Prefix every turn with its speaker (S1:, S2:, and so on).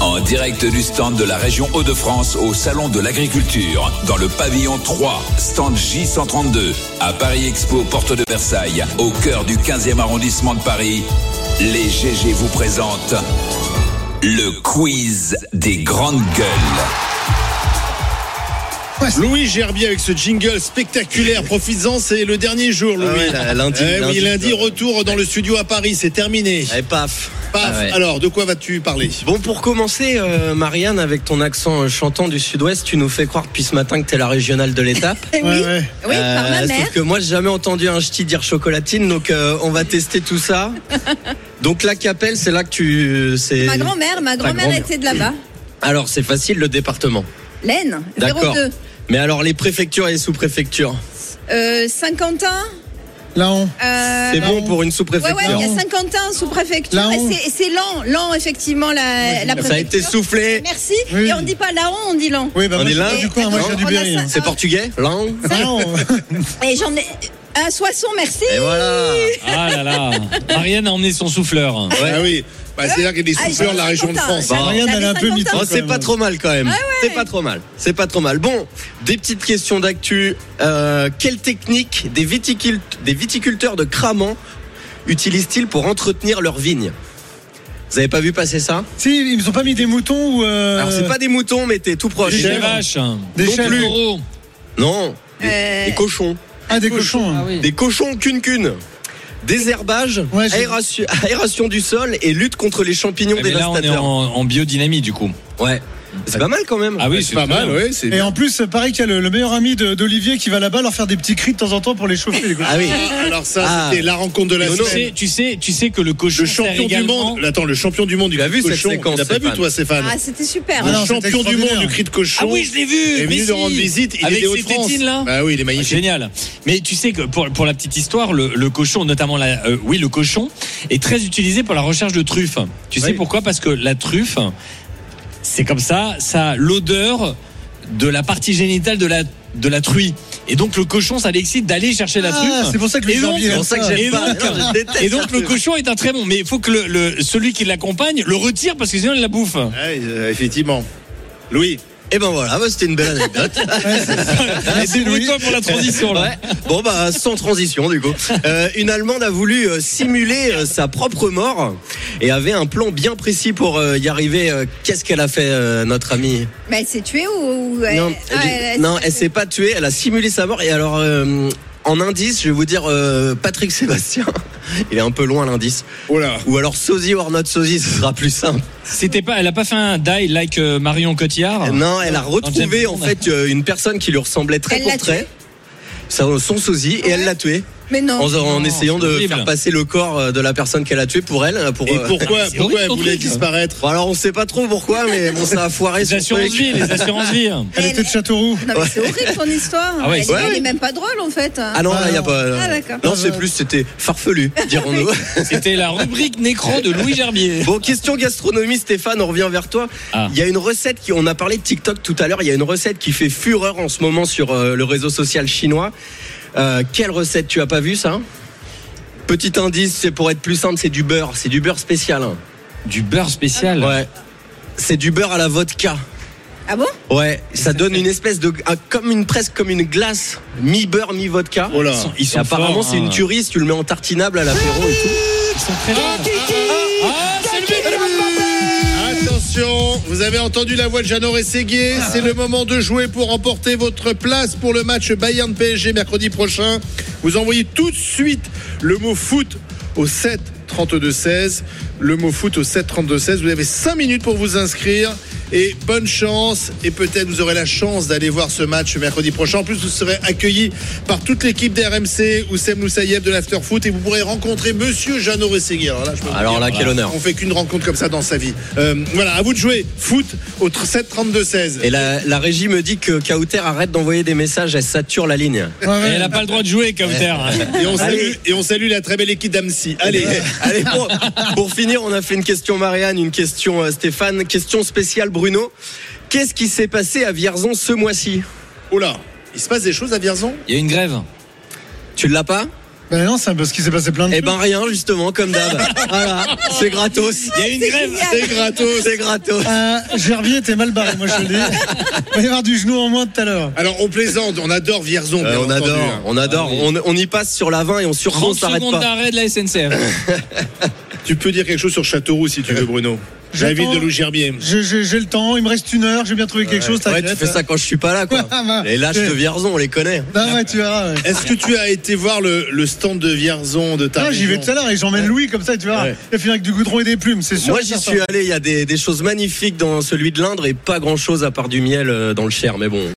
S1: en direct du stand de la région Hauts-de-France au Salon de l'Agriculture, dans le pavillon 3, stand J132, à Paris Expo, porte de Versailles, au cœur du 15e arrondissement de Paris, les GG vous présentent le quiz des grandes gueules.
S2: Louis Gerbier avec ce jingle spectaculaire. Profites-en, c'est le dernier jour, Louis.
S3: ouais, là, lundi,
S2: Eh oui,
S3: lundi.
S2: lundi, retour dans le studio à Paris. C'est terminé.
S3: Allez, paf.
S2: Paf.
S3: Ah ouais.
S2: Alors, de quoi vas-tu parler
S3: Bon, pour commencer, euh, Marianne, avec ton accent euh, chantant du sud-ouest, tu nous fais croire depuis ce matin que t'es la régionale de l'étape.
S4: Eh
S5: Ah
S4: oui, oui, par ma
S3: Euh,
S4: mère.
S3: Sauf que moi, j'ai jamais entendu un ch'ti dire chocolatine, donc euh, on va tester tout ça. donc la capelle, c'est là que tu. c'est-
S4: Ma grand-mère, ma grand-mère
S3: grand-mère.
S4: était de là-bas.
S3: Alors c'est facile, le département.
S4: L'Aisne,
S3: D'accord.
S4: 02.
S3: Mais alors les préfectures et les sous-préfectures,
S4: Euh, Saint-Quentin.
S5: Laon.
S4: euh,
S3: c'est bon pour une
S4: Ouais, ouais,
S3: sous-préfecture.
S4: il y a Saint-Quentin sous préfecture.
S5: Laon.
S4: et c'est- et C'est lent, lent, effectivement, la, la
S3: ça a été
S4: préfecture.
S3: soufflé.
S4: Merci.
S5: Oui.
S4: Et on dit pas Laon, on dit lent.
S5: Oui, bah,
S3: On
S5: moi,
S3: est
S5: je
S3: là
S5: viens du coin, moi je viens du
S4: On a
S5: Berry.
S4: ça.
S3: C'est portugais, langue.
S5: Laon.
S4: Et j'en ai. À Soissons, merci. Euh,
S3: Et voilà.
S6: Ah là là. Marianne a emmené son souffleur.
S2: Ah oui, bah, c'est là qu'il y a des
S4: Ah,
S2: souffleurs de la région de
S4: Saint-Quentin,
S2: France. hein.
S3: Bon.
S4: j'avais
S5: Marianne, elle est un peu
S4: Saint-Quentin.
S5: mytho.
S3: Oh, c'est pas trop mal quand même. C'est pas trop mal. C'est pas trop mal. Bon, des petites questions d'actu. Euh, quelle technique des, viticult- des viticulteurs de Cramant utilisent-ils pour entretenir leurs vignes Vous avez pas vu passer ça
S5: Si, ils nous ont pas mis des moutons ou. euh,
S3: Alors c'est pas des moutons, mais t'es tout proche.
S6: Des
S5: chèvres.
S6: vaches.
S5: Des
S6: non
S5: chèvres.
S6: plus. Taureaux.
S3: Non,
S4: Euh,
S3: des cochons.
S5: Ah, des cochons. hein.
S3: Des cochons cune-cune. Désherbage,
S5: Ouais, j'ai-
S3: aération, aération du sol et lutte contre les champignons
S6: Mais là, on est en,
S3: dévastateurs.
S6: en biodynamie du coup.
S3: Ouais. C'est pas mal quand même.
S6: Ah oui,
S2: C'est pas mal, oui. c'est
S5: Et en plus, pareil qu'il y a le, le meilleur ami de- d'Olivier qui va là-bas leur faire des petits cris de temps en temps pour les chauffer. Les
S2: Eh
S5: cochons.
S3: Ah oui.
S2: Alors ça,
S3: Ah.
S2: c'était la rencontre de la
S3: Non,
S6: Tu
S3: non.
S2: semaine.
S6: sais, tu sais, tu sais que le cochon
S2: Le champion
S6: sert
S2: du
S6: également-
S2: monde. Attends, le champion du monde du
S3: Tu l'as
S2: cri de
S3: vu, cette
S2: cochon.
S3: séquence,
S2: T'as pas vu
S3: Stéphane
S2: toi, Stéphane
S4: Ah, c'était super.
S5: Ah
S2: Le
S5: non, c'était
S2: champion du monde
S5: extraordinaire.
S2: du cri de cochon.
S6: Ah oui, je l'ai vu.
S2: est
S6: mais
S2: venu
S6: si.
S2: de rendre visite. Il
S6: avec
S2: est des
S6: ses
S2: Hauts-de-France.
S6: tétines là.
S2: Bah oui, il est magnifique.
S6: Génial. Mais tu sais que pour, pour la petite histoire, le, le cochon, notamment la, euh, oui, le cochon, est très utilisé pour la recherche de truffes. Tu sais
S2: Oui.
S6: pourquoi Parce que la truffe, c'est comme ça, ça a l'odeur de la partie génitale de la de la truie. Et donc le cochon, ça l'excite d'aller chercher la
S5: Ah,
S6: truffe.
S5: c'est pour ça que Louis
S6: Et donc-
S5: Gerbier
S6: c'est
S5: aime
S6: pour ça que
S5: ça.
S6: j'aime
S3: Et
S6: pas.
S3: donc-
S6: Non, je déteste
S3: Et
S6: Et donc le cochon est un très bon, mais il faut que le, le- celui qui l'accompagne le retire parce que sinon il la bouffe.
S2: Ouais, euh, effectivement. Louis.
S3: Et ben voilà, bah, c'était une belle anecdote.
S6: C'est toi pour la transition là.
S3: Ouais. Bon bah sans transition du coup. Euh, une Allemande a voulu euh, simuler euh, sa propre mort et avait un plan bien précis pour euh, y arriver. Euh, Qu'est-ce qu'elle a fait euh, notre amie
S4: Mais elle s'est tuée ou. ou-
S3: Non,
S4: Ah,
S3: elle,
S4: elle- elle-
S3: non, elle s'est pas tuée. Elle a simulé sa mort. Et alors euh, en indice, je vais vous dire euh, Patrick Sébastien. Il est un peu loin l'indice.
S2: Voilà.
S3: Ou alors sosie or not sosie, ce sera plus simple.
S6: C'était pas, elle a pas fait un die like euh, Marion Cotillard.
S3: Non, elle a retrouvé
S6: Ah, James
S3: en
S6: Bond.
S3: fait euh, une personne qui lui ressemblait très
S4: Elle l'a
S3: pour trait. Son son sosie et elle l'a tué.
S4: Mais non.
S3: en, en
S6: non,
S3: essayant
S6: c'est
S3: de
S6: horrible.
S3: faire passer le corps euh, de la personne qu'elle a tuée pour elle. Pour,
S2: Et
S3: euh,
S2: pourquoi,
S6: c'est horrible,
S2: pourquoi elle
S6: ton
S2: voulait
S6: truc.
S2: disparaître
S3: Bon, alors on sait pas trop pourquoi, mais bon, ça a foiré
S6: Les
S3: son
S6: assurances
S3: truc.
S6: vie, les assurances vie. hein.
S5: Elle était de Châteauroux.
S4: Non, mais c'est horrible ton histoire.
S6: Ah ouais,
S4: elle,
S6: c'est-
S4: elle
S3: Ouais.
S4: est même pas drôle en fait.
S3: Ah non, là, y a pas.
S4: Ah, d'accord.
S3: non, c'est plus, c'était farfelu, dirons-nous.
S6: C'était la rubrique Nécro de Louis Gerbier.
S3: bon, question gastronomie, Stéphane, on revient vers toi. Il
S6: Ah.
S3: y a une recette qui, on a parlé de TikTok tout à l'heure, il y a une recette qui fait fureur en ce moment sur euh, le réseau social chinois. Euh, quelle recette tu as pas vu ça Petit indice, c'est pour être plus simple, c'est du beurre, c'est du beurre spécial. hein.
S6: Du beurre spécial.
S3: Ouais. C'est du beurre à la vodka.
S4: Ah bon
S3: Ouais, ça donne une espèce de un- comme une presque comme une glace mi beurre mi vodka.
S2: Oh là.
S6: Ils sont, ils
S3: Et
S6: sont
S3: apparemment
S6: forts,
S3: c'est
S6: hein.
S3: une tuerie, si tu le mets en tartinable à l'apéro et tout.
S6: Ils sont très forts. Ah, c'est le but de la
S2: Attention, vous avez entendu la voix de Jeannot Rességuier. C'est le moment de jouer pour remporter votre place pour le match Bayern PSG mercredi prochain. Vous envoyez tout de suite le mot foot au 7 32 16. Le mot foot au 7 32 16. Vous avez 5 minutes pour vous inscrire. Et bonne chance. Et peut-être vous aurez la chance d'aller voir ce match mercredi prochain. En plus, vous serez accueillis par toute l'équipe d'RMC, Oussem Loussaïev de l'After Foot. Et vous pourrez rencontrer monsieur Jeannot Rességuier. Alors là, je peux vous
S3: Alors
S2: dire,
S3: là, quel honneur.
S2: on fait qu'une rencontre comme ça dans sa vie. Euh, voilà, à vous de jouer. Foot au 7-32-16.
S3: Et la, la régie me dit que Kauter arrête d'envoyer des messages, elle sature la ligne.
S5: Ouais, ouais.
S6: Elle n'a pas le droit de jouer, hein. Kauter.
S2: Et on, salue,
S3: Allez.
S2: et on salue la très belle équipe d'Amsi. Allez,
S3: Allez, pour, pour finir, on a fait une question Marianne, une question euh, Stéphane, question spéciale Bruno. Qu'est-ce qui s'est passé à Vierzon ce mois-ci
S2: Oh oula, il se passe des choses à Vierzon
S6: Il y a une grève.
S3: Tu l'as pas
S5: Ben non, c'est parce qu'il s'est passé plein de
S3: Eh
S5: choses.
S3: ben rien justement comme d'hab. voilà, Ah, c'est gratos.
S6: Il y a une grève.
S2: C'est gratos.
S3: C'est gratos.
S5: Euh, Gervier était mal barré, moi je te le dis. Il va y avoir du genou en moins tout à l'heure.
S2: Alors on plaisante, on adore Vierzon.
S3: Euh,
S2: bien
S3: on adore,
S2: entendu, hein.
S3: on adore,
S6: Ah oui.
S3: on, on y passe sur la 20 et on sur
S6: 30
S3: on s'arrête
S6: secondes
S3: pas.
S6: d'arrêt de la SNCF.
S2: Tu peux dire quelque chose sur Châteauroux si tu veux, Bruno. La ville
S5: J'attends-
S2: de Lougerbier.
S5: J'ai- J'ai j'ai le temps, il me reste une heure, j'ai bien trouvé quelque chose.
S3: Ouais,
S5: t'inquiète.
S3: tu fais ça quand je suis pas là quoi.
S5: Ah, bah.
S3: Et là je te vierzon, on les connaît. hein.
S5: Non, ouais, tu verras. ouais.
S2: Est-ce que tu as été voir le, le stand de Vierzon de ta
S5: Non, Ah, j'y vais
S2: région
S5: tout à l'heure et j'emmène Louis comme ça, tu verras.
S2: Ouais.
S5: Il va finir avec du goudron et des plumes, c'est sûr.
S3: Moi j'y suis allé, il y a des, des choses magnifiques dans celui de l'Indre et pas grand chose à part du miel euh, dans le Cher, mais bon.